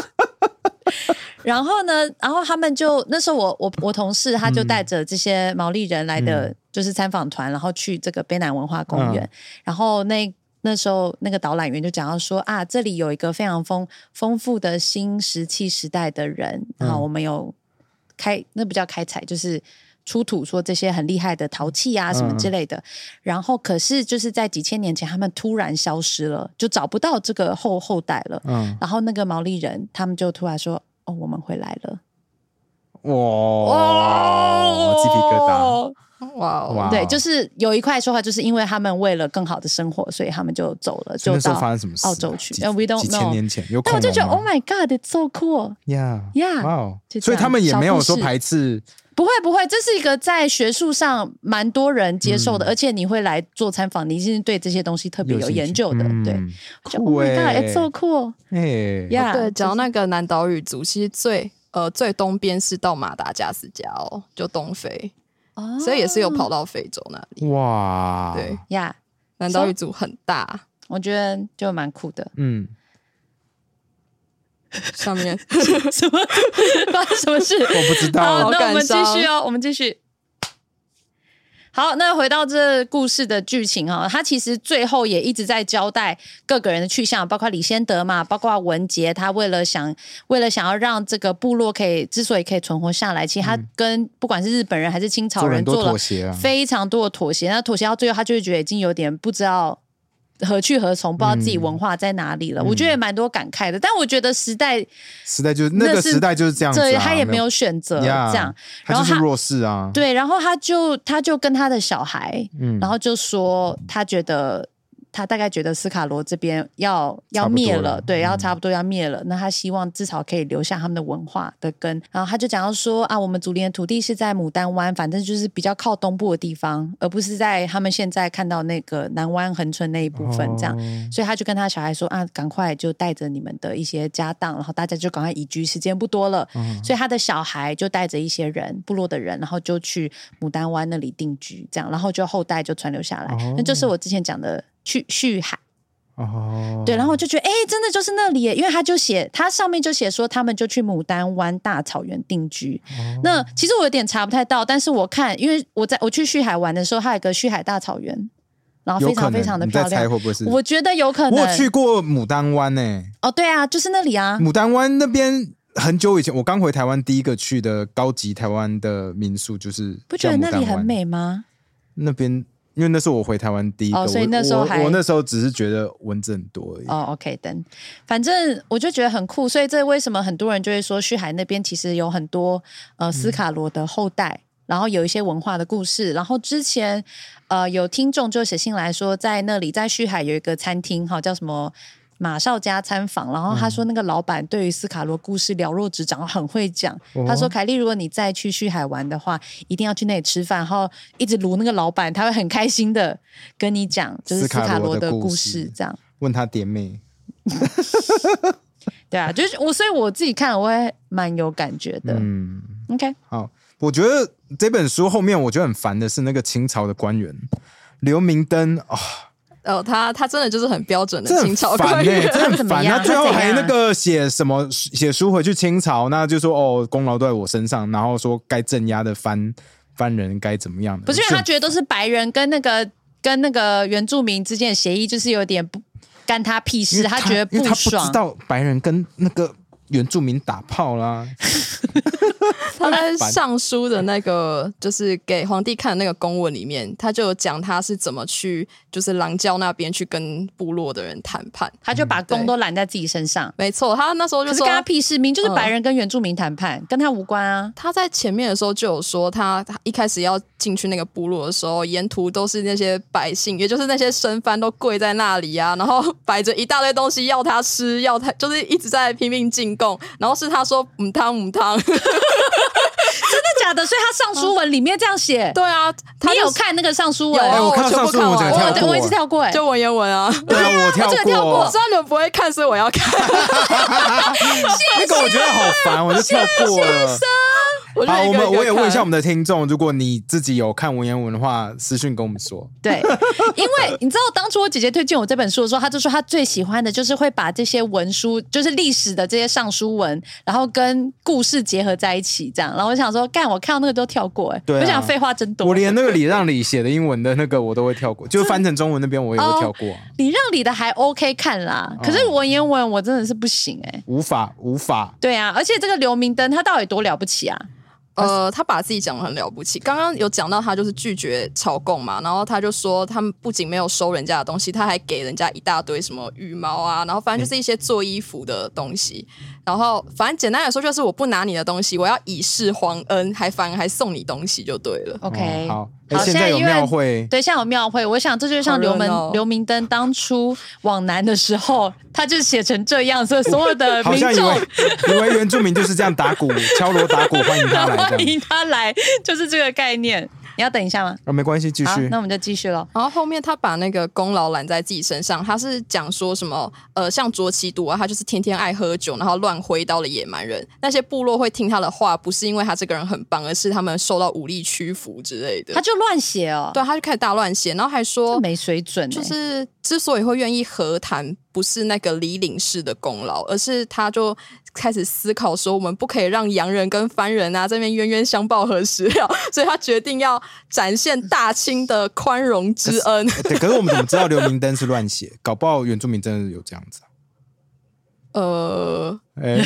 A: 然后呢，然后他们就那时候我我我同事他就
B: 嗯
A: 带着这些毛利人来的就是参访团，然后去这个卑南文化公
B: 嗯
A: 园，然后那。那时候，那个导览员就讲到说啊，这里有一个非常丰丰富的新石器时代的人啊，
B: 嗯
A: 我们有开那不叫开采，就是出土说这些很厉害的陶器啊什么
B: 嗯
A: 之类的。然后可是就是在几千年前，他们突然消失了，就找不到这个后后代了。
B: 嗯，
A: 然后那个毛利人他们就突然说：“哦，我们回来了。
B: 哇，哦
A: 哦
B: 鸡皮疙瘩，啊
C: 哇哦，
B: 哇，
A: 对，就是有一块说法，就是因为他们为了更好的生活，所以他们就走了，
B: 所
A: 就
B: 以那时候
A: 到
B: 发生什么事啊？
A: 澳洲去
B: 几。
A: 呃 we
B: 几
A: don't
B: 千
A: know。
B: 年前有恐
A: 但我
B: 龙吗，
A: 就觉得，Oh my God，it's so cool。
B: 呀
A: Yeah，
B: 哇哦，
A: 就这样
B: 所以他们也没有
A: 小
B: 说
A: 故事
B: 排斥，
A: 不会不会，这是一个在学术上蛮多人接受的，
B: 嗯
A: 而且你会来做参访，你一定是对这些东西特别有
B: 兴趣
A: 研究的。
B: 嗯
A: 对，就
B: 酷
A: Oh my
B: 欸
A: God，it's so cool。
B: 哎，
A: Yeah，
C: 对，
A: 就
C: 讲到那个南岛语族，其实最呃最东边是到马达加斯加哦，就东非，
A: 哦
C: 所以也是有跑到非洲那里。
B: 哇，。
C: 对，
A: 呀。Yeah，
C: 南岛语族很大，
A: 我觉得就蛮酷的
B: 嗯，
C: 上面
A: 什么？ 发生什么事？
B: 我不知
A: 好，
B: 道，
A: 那我们
C: 感
A: 继
C: 伤
A: 续哦，我们继续。好，那回到这故事的剧情哈、它其实最后也一直在交代各个人的去向，包括李先德嘛，包括文杰，他为了想为了想要让这个部落可以之所以可以存活下来，其实他跟、不管是日本人还是清朝
B: 嗯做了
A: 人
B: 很多
A: 做了
B: 妥协啊，
A: 非常多的妥协，那妥协到最后，他就会觉得已经有点不知道何去何从，不知道自
B: 嗯
A: 己文化在哪里了。我觉得也蛮多感慨的，但我觉得时代
B: 时代就是那个
A: 那是
B: 时代就是这样子
A: 这
B: 啊，
A: 他也没有选择
B: 呀
A: 这样，
B: 他
A: 然后
B: 就是
A: 他
B: 弱势啊，，
A: 对，然后他就他就跟他的小孩，
B: 嗯，
A: 然后就说他觉得他大概觉得斯卡罗这边要要
B: 差不多
A: 灭
B: 了
A: 对，
B: 嗯
A: 要差不多要灭了。那他希望至少可以留下他们的文化的根。然后他就讲到说啊，我们竹林的土地是在牡丹湾，反正就是比较靠东部的地方，而不是在他们现在看到那个南湾恒春那一部分这样。
B: 哦
A: 所以他就跟他小孩说啊，赶快就带着你们的一些家当，然后大家就赶快移居，时间不多了。
B: 嗯
A: 所以他的小孩就带着一些人，部落的人，然后就去牡丹湾那里定居，这样，然后就后代就传留下来。
B: 哦
A: 那就是我之前讲的去续海，
B: 哦，
A: 对。然后我就觉得，哎、真的就是那里耶，因为他就写，他上面就写说他们就去牡丹湾大草原定居。
B: 哦
A: 那其实我有点查不太到，但是我看，因为我在我去续海玩的时候，它有个续海大草原，然后
B: 有
A: 非
B: 可
A: 常
B: 能
A: 非常的
B: 你再
A: 漂
B: 猜
A: 亮。
B: 会不会是？
A: 我觉得有可
B: 我
A: 能
B: 有去过牡丹湾呢、
A: 哦，对啊，就是那里啊，
B: 牡丹湾那边很久以前，我刚回台湾第一个去的高级台湾的民宿就是
A: 不觉得
B: 叫牡
A: 那
B: 丹
A: 里
B: 湾
A: 很？美吗？
B: 那边因为那是我回台湾第一个，
A: 哦所以
B: 我
A: 那时候
B: 我
A: 还
B: 我那时候只是觉得蚊子很多而已。
A: 哦，OK，等，反正我就觉得很酷，所以这为什么很多人就会说旭海那边其实有很多
B: 嗯
A: 呃斯卡罗的后代，然后有一些文化的故事。然后之前呃有听众就写信来说，在那里在旭海有一个餐厅，哈，叫什么？马少家餐
B: 嗯
A: 坊，然后他说那个老板对于斯卡罗故事了若指掌，很会讲。
B: 哦
A: 他说：“凯莉，如果你再去旭海玩的话，一定要去那里吃饭，然后一直撸那个老板，他会很开心的跟你讲，就是斯
B: 斯卡
A: 卡
B: 罗
A: 罗
B: 的
A: 的
B: 故
A: 故
B: 事
A: 事这样。”
B: 问他点妹，
A: 对 啊，就是我，所以我自己看我也蛮有感觉的。
B: 嗯，
A: OK，
B: 好，我觉得这本书后面我觉得很烦的是那个清朝的官员刘明灯啊，
C: 呃，他他真的就是很标准的
B: 这
C: 清
B: 很
C: 朝
B: 烦欸
C: 官
B: 呢、
C: 员，
B: 这
A: 他怎
B: 很
A: 么
B: 烦。
A: 样
B: 他最
A: 他
B: 后
A: 怎
B: 还那
A: 样
B: 个写什么写书回去清朝，那就说哦功劳都在我身上，然后说该镇压的藩藩人该怎么样的，
A: 不是因为
B: 就
A: 他觉得都是白人跟那个跟那个原住民之间的协议，就是有点不干他屁
B: 因
A: 事，
B: 为
A: 他
B: 他
A: 觉得
B: 因为他不嗯
A: 爽
B: 知。道白人跟那个原住民打炮啦，
C: 他在
B: 烦
C: 上书的那个，就是给皇帝看的那个公文里面，他就有讲他是怎么去，就是狼教那边去跟部落的人谈判。
A: 他就把功都揽在自己身上。
C: 没错，他那时候
A: 可
C: 就是说
A: 跟他屁事，明明就是
C: 嗯
A: 白人跟原住民谈判，跟他无关
B: 嗯
A: 啊。
C: 他在前面的时候就有说他，他一开始要进去那个部落的时候，沿途都是那些百姓，也就是那些生番都跪在那里啊，然后摆着一大堆东西要他吃，要他就是一直在拼命进贡，然后是他说母汤母汤，
A: 真的假的？所以他上书文里面这样写，
C: 对啊，他
A: 你
C: 就
A: 有
C: 是
A: 看那个上书文？
C: 有
B: 哎，
A: 哦我
B: 我看到
C: 我
B: 上
C: 全部
B: 次我整
C: 看
B: 个跳
C: 完我
A: 对
B: 过，
A: 我一直跳过哎，
C: 就文言文啊，
B: 对啊，我跳
A: 我整个跳
C: 我
A: 过
B: 过
C: 知，道你们不会看，所以我要看，
B: 那个我觉得好烦，我就跳过了。
C: 我就
B: 好，
C: 一
B: 我
C: 个一个
B: 们我也
C: 看
B: 问一下我们的听众，如果你自己有看文言文的话，私讯跟我们说。
A: 对，因为你知道，当初我姐姐推荐我这本书的时候，她就说她最喜欢的就是会把这些文书，就是历史的这些上书文，然后跟故事结合在一起，这样。然后我想说，干，我看到那个都跳过、哎、
B: 对啊
A: 我想废话真多。
B: 我连 那个李让李写的英文的那个我都会跳过，就是翻成中文那边我也会跳过啊，
A: 你让你的还 OK 看啦，
B: 哦
A: 可是文言文我真的是不行哎、
B: 无法无法。
A: 对啊，而且这个刘明灯他到底多了不起啊？
C: 呃，他把自己讲的很了不起。刚刚有讲到他就是拒绝朝贡嘛，然后他就说他们不仅没有收人家的东西，他还给人家一大堆什么羽毛啊，然后反正就是一些做衣服的东西。然后反正简单来说就是我不拿你的东西，我要以示皇恩，还反而还送你东西就对了。
A: OK，、
B: 嗯好，
A: 好
B: 哎现在有庙会，
A: 对，像有庙会，我想这就像
C: 好热
A: 刘明
C: 闹哦
A: 刘明灯当初往南的时候，他就写成这样，所以所有的
B: 好
A: 民
B: 像以
A: 众
B: 为 以为原住民就是这样打鼓、敲锣打鼓欢迎他来
A: 欢
B: 这样。
A: 迎他来，就是这个概念。你要等一下吗？
B: 啊，没关系，继
A: 好
B: 续，
A: 那。我们就继续了。
C: 然后后面他把那个功劳揽在自己身上，他是讲说什么呃，像卓奇独啊，他就是天天爱喝酒，然后乱挥刀的野蛮人。那些部落会听他的话，不是因为他这个人很棒，而是他们受到武力屈服之类的
A: 他。就乱写哦，
C: 对，他就开始大乱写，然后还
A: 这
C: 说，
A: 没水准、欸，
C: 就是之所以会愿意和谈，不是那个李领事的功劳，而是他就开始思考说，我们不可以让洋人跟番人啊这边冤冤相报何时了，所以他决定要展现大清的宽容之恩。
B: 哎对，可是我们怎么知道刘明灯是乱写？搞不好原住民真的有这样子啊。
C: 呃，
B: 哎，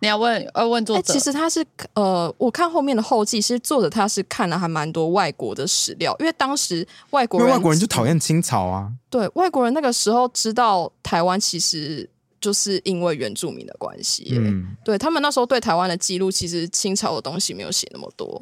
A: 你要问要问作
C: 哎，
A: 者，
C: 其实他是呃，我看后面的后记，其实作者他是看了还蛮多外国的史料，因为当时外国
B: 因为
C: 人
B: 外啊国人就讨厌清朝啊。
C: 对外国人那个时候知道台湾其实就是因为原住民的关系耶，
B: 嗯，
C: 对他们那时候对台湾的记录，其实清朝的东西没有写那么多。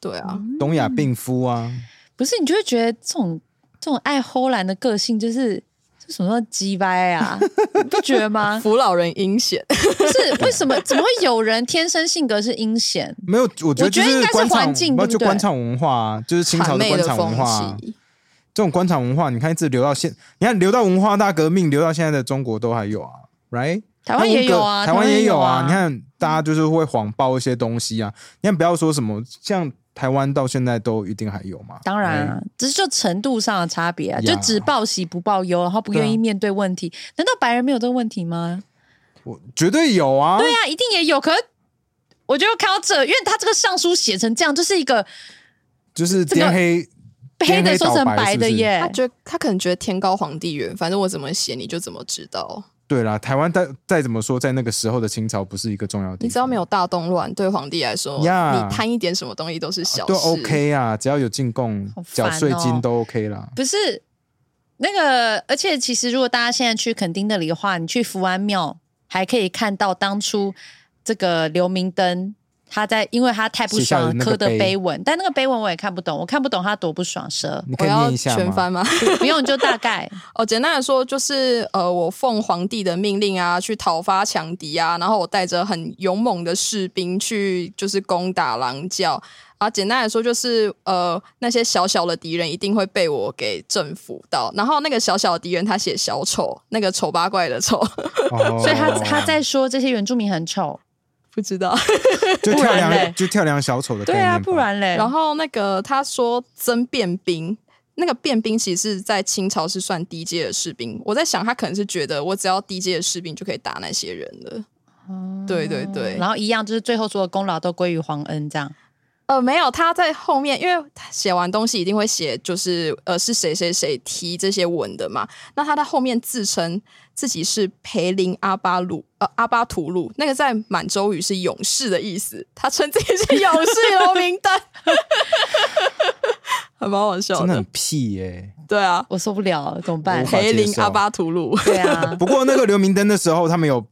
C: 对啊，
B: 东
A: 嗯
B: 亚病夫啊，
A: 不是你就会觉得这种这种爱齁懒的个性就是。这什么叫鸡掰 啊？你不觉得吗？
C: 扶老人阴险，
A: 不是 为什么？怎么会有人天生性格是阴险？
B: 没有，我觉得
A: 我觉
B: 就
A: 得应该是
B: 官场
A: 环境
B: 不
A: 对不
B: 就
A: 对
B: 官场文化啊，就是清朝的
C: 谄媚
B: 官
C: 的
B: 场
C: 风
B: 文化啊。
C: 气。
B: 这种官场文化，你看一直流到现，你看流到文化大革命，流到现在的中国都还有啊，right？
A: 台湾也有啊，
B: 台湾也有
A: 啊
B: 啊。。你看大家就是会谎报一些东西啊，你看不要说什么，像台湾到现在都一定还有嘛。
A: 当然、啊，只是就程度上的差别啊，
B: 哎呀
A: 就只报喜不报忧，然后不愿意
B: 对啊
A: 面对问题。难道白人没有这个问题吗？
B: 我绝对有啊。
A: 对啊，一定也有。可是我觉得看到这，因为他这个上书写成这样，就是一个
B: 就是天黑
A: 黑的说成白的耶。
C: 他觉得他可能觉得天高皇帝远，反正我怎么写你就怎么知道。
B: 对啦，台湾再再怎么说，在那个时候的清朝不是一个重要的地方，
C: 你只要没有大动乱，对皇帝来说
B: 呀
C: 你贪一点什么东西都是小事。
B: 都 OK 啊，只要有进贡
A: 好烦哦、
B: 缴税金都 OK 啦。
A: 不是那个，而且其实如果大家现在去垦丁那里的话，你去福安庙还可以看到当初这个刘明灯。他在，因为他太不
B: 写下
A: 爽了
B: 的那个
A: 刻的
B: 碑
A: 碑文，但那个碑文我也看不懂，我看不懂他多不爽 舌。
B: 你可
C: 我
B: 以
C: 要
B: 念一下
C: 全
B: 吗？
C: 翻吗？
A: 不用你就大概，
C: 哦，简单来说就是，呃，我奉皇帝的命令啊，去讨伐强敌啊，然后我带着很勇猛的士兵去，就是攻打狼教。啊，简单来说就是，呃，那些小小的敌人一定会被我给征服到。然后那个小小的敌人，他写小丑，那个丑八怪的丑，
B: 哦
A: 所以他他在说这些原住民很丑。
C: 不知道。
B: 就
A: 不
B: 跳
A: 然嘞
B: 梁就跳梁小丑的概
A: 对
B: 念吧
A: 啊，不然嘞，
C: 然后那个他说增变兵，那个变兵其实是在清朝是算低阶的士兵。我在想，他可能是觉得我只要低阶的士兵就可以打那些人了。
A: 嗯
C: 对对对，
A: 然后一样就是最后所有功劳都归于皇恩这样。
C: 呃，没有，他在后面，因为他写完东西一定会写，就是呃是谁谁谁提这些文的嘛。那他在后面自称自己是培林阿巴鲁呃阿巴图鲁，那个在满洲语是勇士的意思，他称自己 是勇士游民灯，还蛮好笑
B: 真的
C: 的
B: 很。屁耶、
C: 对啊，
A: 我受不了，怎么办
B: 无？法
C: 培林
B: 接受
C: 阿巴图鲁，
A: 对啊，
B: 不过那个刘明灯的时候，他们有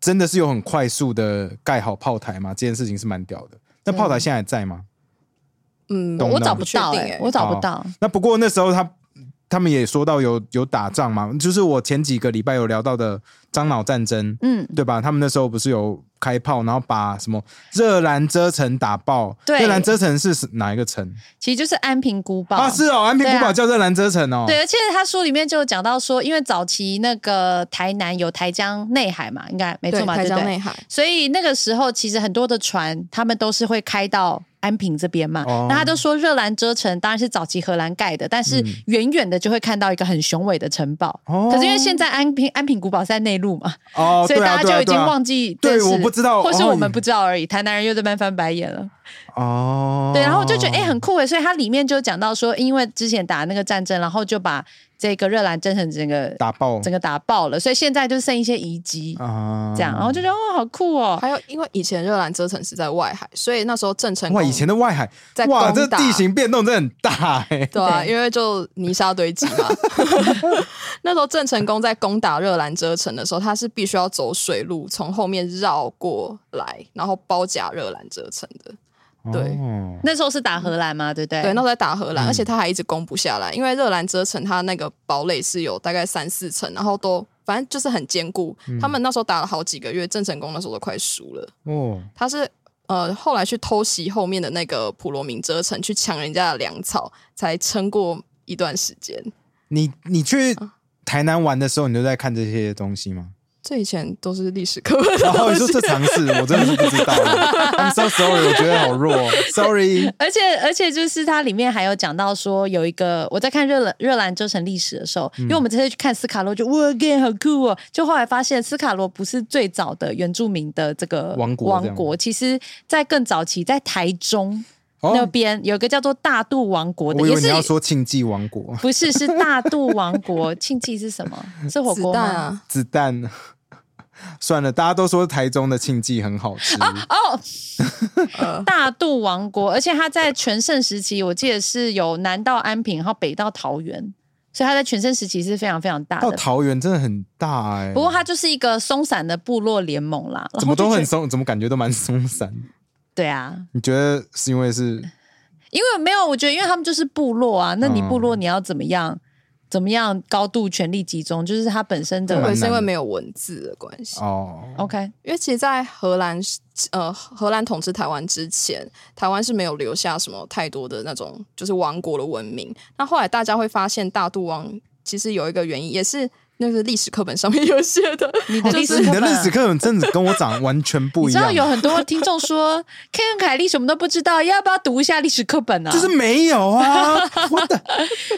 B: 真的是有很快速的盖好炮台嘛，这件事情是蛮屌的。那炮台现在还在吗？
C: 嗯，
B: 懂
A: 我找
C: 不
A: 不
C: 确
A: 到
C: 定
A: 哎
C: 欸，
A: 我找
B: 哦
A: 不到。
B: 那不过那时候他他们也说到有有打仗嘛，就是我前几个礼拜有聊到的樟脑战争，
A: 嗯，
B: 对吧？他们那时候不是有开炮，然后把什么热兰遮城打爆？
A: 对
B: 热兰遮城是哪一个城
A: 其实就是安平古堡
B: 啊？是哦，安平古
A: 对
B: 堡
A: 啊
B: 叫热兰遮城哦。
A: 对，而且他书里面就有讲到说，因为早期那个台南有台江内海嘛，应该没错
C: 对，
A: 嘛，
C: 台
A: 对不
C: 江
A: 对
C: 内？海，
A: 所以那个时候其实很多的船，他们都是会开到安平这边嘛。
B: 哦
A: 那他都说热兰遮城当然是早期荷兰盖的，但是
B: 嗯
A: 远远的就会看到一个很雄伟的城堡。
B: 哦
A: 可是因为现在安平安平古堡是在内陆嘛，
B: 哦，
A: 所以
B: 对
A: 大
B: 啊
A: 家
B: 对啊
A: 就已经
B: 对啊
A: 忘记
B: 对
A: 这事
B: 我不知道
A: 或是
B: 哦
A: 我们不知道而已。台南人又在那边翻白眼了。
B: 哦，
A: 对，然后我就觉得哎、诶很酷诶，所以它里面就讲到说，因为之前打那个战争，然后就把这个热兰真城整个
B: 打爆
A: 整个打爆了，所以现在就剩一些遗迹、
B: 啊，
A: 这样，然后就觉得哦，好酷哦。
C: 还有因为以前热兰遮城是在外海，所以那时候郑成功
B: 哇，以前的外海
C: 在
B: 哇，
C: 攻
B: 这
C: 打
B: 地形变动真的很 大哎、
C: 对啊，
A: 对
C: 因为就泥沙堆积嘛。 那时候郑成功在攻打热兰遮城的时候，他是必须要走水路，从后面绕过来，然后包夹热兰遮城的。对
B: 哦
A: 那时候是打荷兰嘛，对不对？
C: 对，嗯那时候在打荷兰，而且他还一直攻不下来，因为热兰遮城它那个堡垒是有大概三四层，然后都反正就是很坚固。他们那时候打了好几个月，郑成功那时候都快输了。
B: 哦，
C: 他是呃后来去偷袭后面的那个普罗民遮城，去抢人家的粮草，才撑过一段时间。
B: 你你去
A: 嗯
B: 台南玩的时候，你都在看这些东 西吗？
C: 这以前都是历史课本的
B: 然后
C: 东
B: 哦你说
C: 西。
B: 这尝试，我真的是不 知道。I'm so sorry，我觉得好弱，sorry。哦
A: 而且而且就是它里面还有讲到说有一个我在看热兰热兰遮城历史的时
B: 嗯
A: 候，因为我们这次去看斯卡罗就哇 again 很酷哦，就后来发现斯卡罗不是最早的原住民的这个
B: 王国这样
A: 王国，其实在更早期在台中。那
B: 哦，
A: 边有一个叫做大肚王国的，
B: 我以
A: 也
B: 为
A: 是
B: 你要说庆忌王国
A: 不是是大肚王国？庆记是什 么？是火
C: 子
A: 锅吗？
C: 弹啊，
B: 子弹。 算了，大家都说台中的庆忌很好吃，
A: 哦，
C: 呃，
A: 大肚王国，而且它在全盛时期，我记得是有南到安平，然后北到桃园，所以它在全盛时期是非常非常大
B: 到
A: 的。
B: 桃园真的很大哎、
A: 不过它就是一个松散的部落联盟啦，然
B: 嗯怎
A: 后
B: 么
A: 就
B: 都
A: 觉
B: 很
A: 得
B: 松，怎么感觉都蛮松散？
A: 对啊，
B: 你觉得是因为 是
A: 因为没有，我觉得因为他们就是部落啊，那你
B: 嗯
A: 部落你要怎么样？怎么样高度权力集中？就是它本身
B: 蛮
A: 的
B: 难
C: 对，是因为
B: 的
C: 没有文字的关系。
B: 哦
A: OK，
C: 因为其实，在荷兰呃荷兰统治台湾之前，台湾是没有留下什么太多的那种就是王国的文明。那后来大家会发现，大肚王其实有一个原因，也是那个历史课本上面 有写的，
A: 哦你的
C: 就
A: 历
C: 是
A: 史
B: 你
A: 课
B: 的
A: 本
B: 历史课本真的跟我长完全不
A: 你
B: 一
A: 知道
B: 样，
A: 有 很多听众说 K 跟凯莉什么都不知道，要不要读一下历史课本呢、啊？
B: 就是没有啊！ 我的，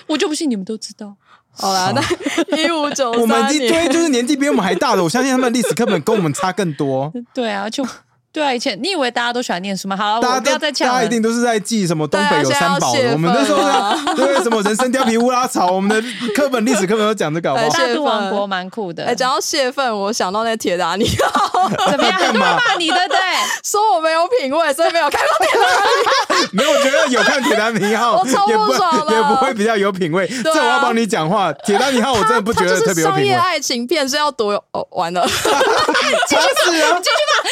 A: 我就不信你们都知道。
C: 好啦， 那一五九
B: 哦我们
C: 三
B: 一
C: 年，
B: 堆就是年纪比我们还大的，我相信他们的历史课本跟我们差更多。
A: 对啊，就对啊，以前你以为大家都喜欢念书吗？好了，
B: 大
A: 我不
B: 家
A: 要
B: 都
A: 再
B: 大
A: 呛
B: 家一
A: 了。
B: 定都是在记什么东北有
C: 对啊
B: 三宝
C: 现
B: 的，
C: 在要
B: 我们那时候
C: 泄愤啊
B: 在对什么人参貂皮乌拉草，我们的课本历史课本都讲这个好不好
C: 对？
A: 大肚王国蛮酷的
C: 哎、，讲到泄愤，我想到那铁达尼号，
A: 怎么样？很
B: 干
A: 多
B: 嘛
A: 人骂你，对不对？
C: 说我没有品味，所以没有 看过铁达尼号。
B: 没有，我觉得有看《铁达尼号
C: 我》超
B: 也不
C: 不爽的
B: 也不会比 较有品味。这
C: 啊
B: 我要帮你讲话，《铁达尼号》我真的不觉
C: 它
B: 得
C: 就
B: 特
C: 是
B: 别有
C: 商
B: 品
C: 业
B: 味。
C: 爱情片是要多有哦，完了，
B: 他是啊，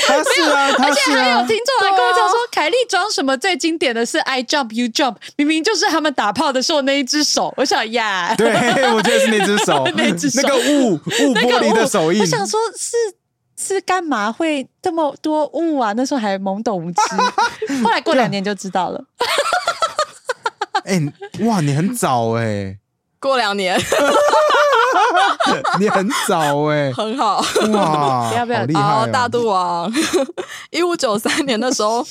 B: 他是啊，他是
A: 还有
B: 啊
A: 听。众来跟我讲说，凯莉装什么最经典的是 I jump you jump，明明就是他们打炮的时候那一只手。我想呀，
B: 对，我觉得是 那只手，
A: 那只手
B: 个雾雾
A: 那
B: 玻
A: 个
B: 璃的手印
A: 我，想说是。是干嘛会这么多雾啊？那时候还懵懂 无知，后来过两年就知道了。
B: 哎、哇，你很早哎、
C: 过两年
B: 你很早哎、
C: 很好。
B: 哇，
A: 不要不要
B: 好厉害、
C: 好，
B: 哦！
C: 大肚王， 一五九三年的时候，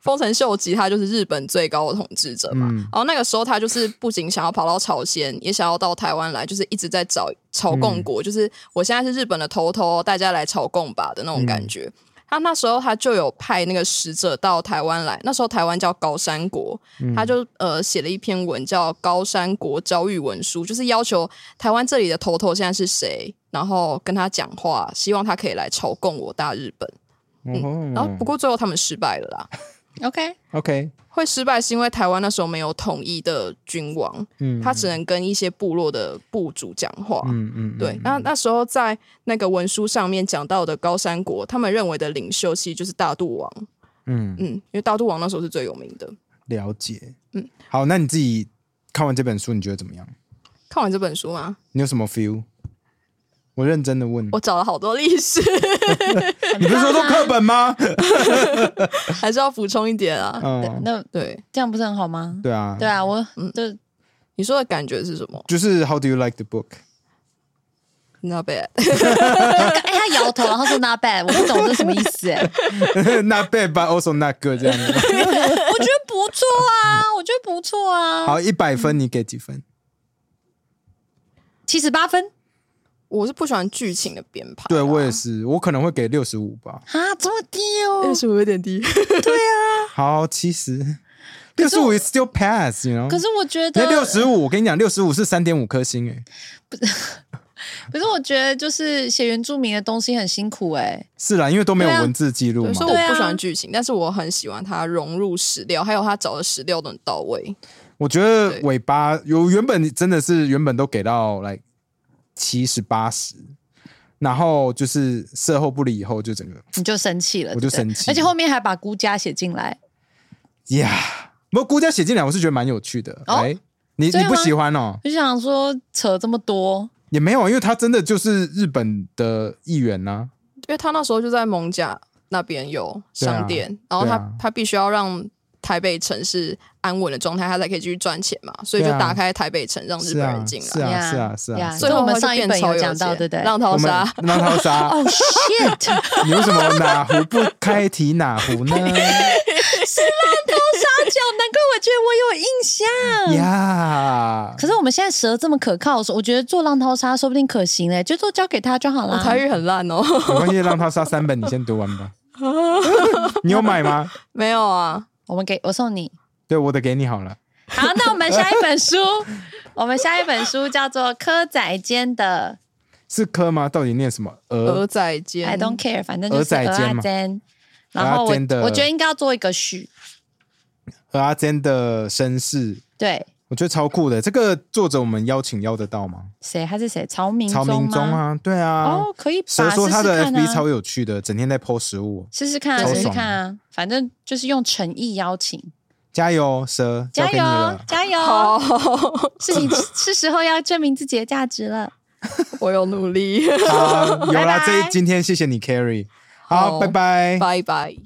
C: 丰臣秀吉他就是日本最高的统治者嘛。
B: 嗯
C: 哦然后那个时候他就是不仅想要跑到朝鲜，也想要到台湾来，就是一直在找朝贡国，就是我现在是日本的头头，大家来朝贡吧的那种感觉。他那时候他就有派那个使者到台湾来，那时候台湾叫高山国，他就呃写了一篇文叫《高山国教育文书》，就是要求台湾这里的头头现在是谁，然后跟他讲话，希望他可以来朝贡我大日本。
B: 嗯
C: 然后不过最后他们失败了啦。
A: OK，
B: OK，
C: 会失败是因为台湾那时候没有统一的君王，
B: 嗯，
C: 他只能跟一些部落的部主讲话。
B: 嗯嗯，
C: 对
B: 嗯，
C: 那那时候在那个文书上面讲到的高山国，他们认为的领袖其实就是大肚王，
B: 嗯，
C: 嗯，因为大肚王那时候是最有名的。
B: 了解。嗯
C: 嗯，
B: 好，那你自己看完这本书，你觉得怎么样？
C: 看完这本书吗？
B: 你有什么 feel？我啊认真的问，
C: 我找了好多历史，
B: 你不是说都课本 吗？
C: 还是要补充一点啊。
A: 对
B: 嗯，
A: 那
C: 对，
A: 这样不是很好吗？
B: 对啊，
A: 对啊，我
C: 嗯
A: 就
C: 你说的感觉是什么
B: 就是 How do you like the book？
C: ？Not bad，
A: 哎，他摇头，然后说 not bad，我不懂这什么意思哎。
B: not bad but also not good 这 样子。
A: 我觉得不错啊，我觉得不错啊，
B: 好，一百分你给几分？
A: 七十八分
C: 我是不喜欢剧情的编排啊、
B: 对我也是，我可能会给六十五吧。
A: 啊，这么低哦
B: 哎
C: 但，是我有点低。
B: 好，七十，六十五 is still pass，you know。
A: 可是我觉
B: 那
A: 得
B: 六十五，我跟你讲，六十五是三点五颗星哎诶，
A: 可是我觉得就是写原住民的东西很辛苦哎、
B: 是啦，因为都没有
A: 对啊
B: 文字记录
C: 对，
B: 嘛
C: 所以。我不喜
A: 对啊
C: 欢剧情，但是我很喜欢它融入史料，还有它找的史料都很到位。
B: 我觉得
C: 对
B: 尾巴有原本真的是原本都给到来七十八十，然后就是事后不理以后就整个
A: 你就生气了，
B: 我就
A: 对不对
B: 生气
A: 而且后面还把孤家写进来，
B: 呀，不过估价写进来我是觉得蛮有趣的。
A: 哦
B: 哎，你
A: 真
B: 你
A: 的
B: 不
A: 吗
B: 喜欢哦？
A: 就想说扯这么多，
B: 也没有，因为他真的就是日本的议员啊呐、
C: 因为他那时候就在蒙甲那边有商店，然后
B: 对
C: 他、
B: 啊
C: 他必须要让台北城市安稳的状态，他才可以继续赚钱嘛，所以就
B: 对啊
C: 打开台北城让日
B: 是
C: 本
B: 啊
C: 人，进
B: 是
C: 来。
B: 啊，
A: 呀
B: 是啊，是
A: 呀
B: 啊。
A: 所以我们上一本有讲到对不对
C: 让
B: 我
C: 淘
B: 们
C: 沙，
B: 让他杀，
A: 哦、shit，
B: 你为什么哪壶不开提哪壶呢？
A: 沙角，难怪我觉得我有印象。
B: 呀，
A: 哎可是我们现在蛇这么可靠，我觉得做浪淘沙说不定可行嘞、就都交给他就好
C: 我
A: 啦。
C: 台语很烂哦，
B: 没关系，让他杀三本，你先 读完吧。你有买吗？
C: 没有啊，
A: 我们给我送你。
B: 对，我的给你好了。
A: 好，那我们下一本书，我们下一本书叫做《科仔间的
B: 是科吗？到底念什么？鹅
C: 鹅仔煎
A: I don't care》，反正就是
B: 鹅仔
A: 鹅
B: 间
A: 阿
B: 嘛
A: 珍。然后我
B: 鹅仔间的
A: 我觉得应该要做一个序，
B: 鹅阿珍的身世，
A: 对，
B: 我觉得超酷的。这个作者我们邀请邀得到吗？
A: 谁？他是谁？曹明
B: 曹明
A: 宗
B: 宗
A: 吗？
B: 啊，对啊。
A: 哦，可以吧？
B: 谁说他的
A: 试试看啊
B: FB 超有趣的，整天在 PO 食物，
A: 试试看啊，
B: 超
A: 试试
B: 爽
A: 看啊，反正就是用诚意邀请，
B: 加油，蛇，交
A: 加
B: 给你
A: 油
B: 了，。
A: 加
C: 好
A: 油！，是 你是时候要证明自己的价值了。
C: 我有努力，
B: 哎好，有
A: 拜
B: 啦，
A: 拜
B: 这一今天谢谢你，Carry。好，
C: 好
B: 拜拜。
C: 拜拜。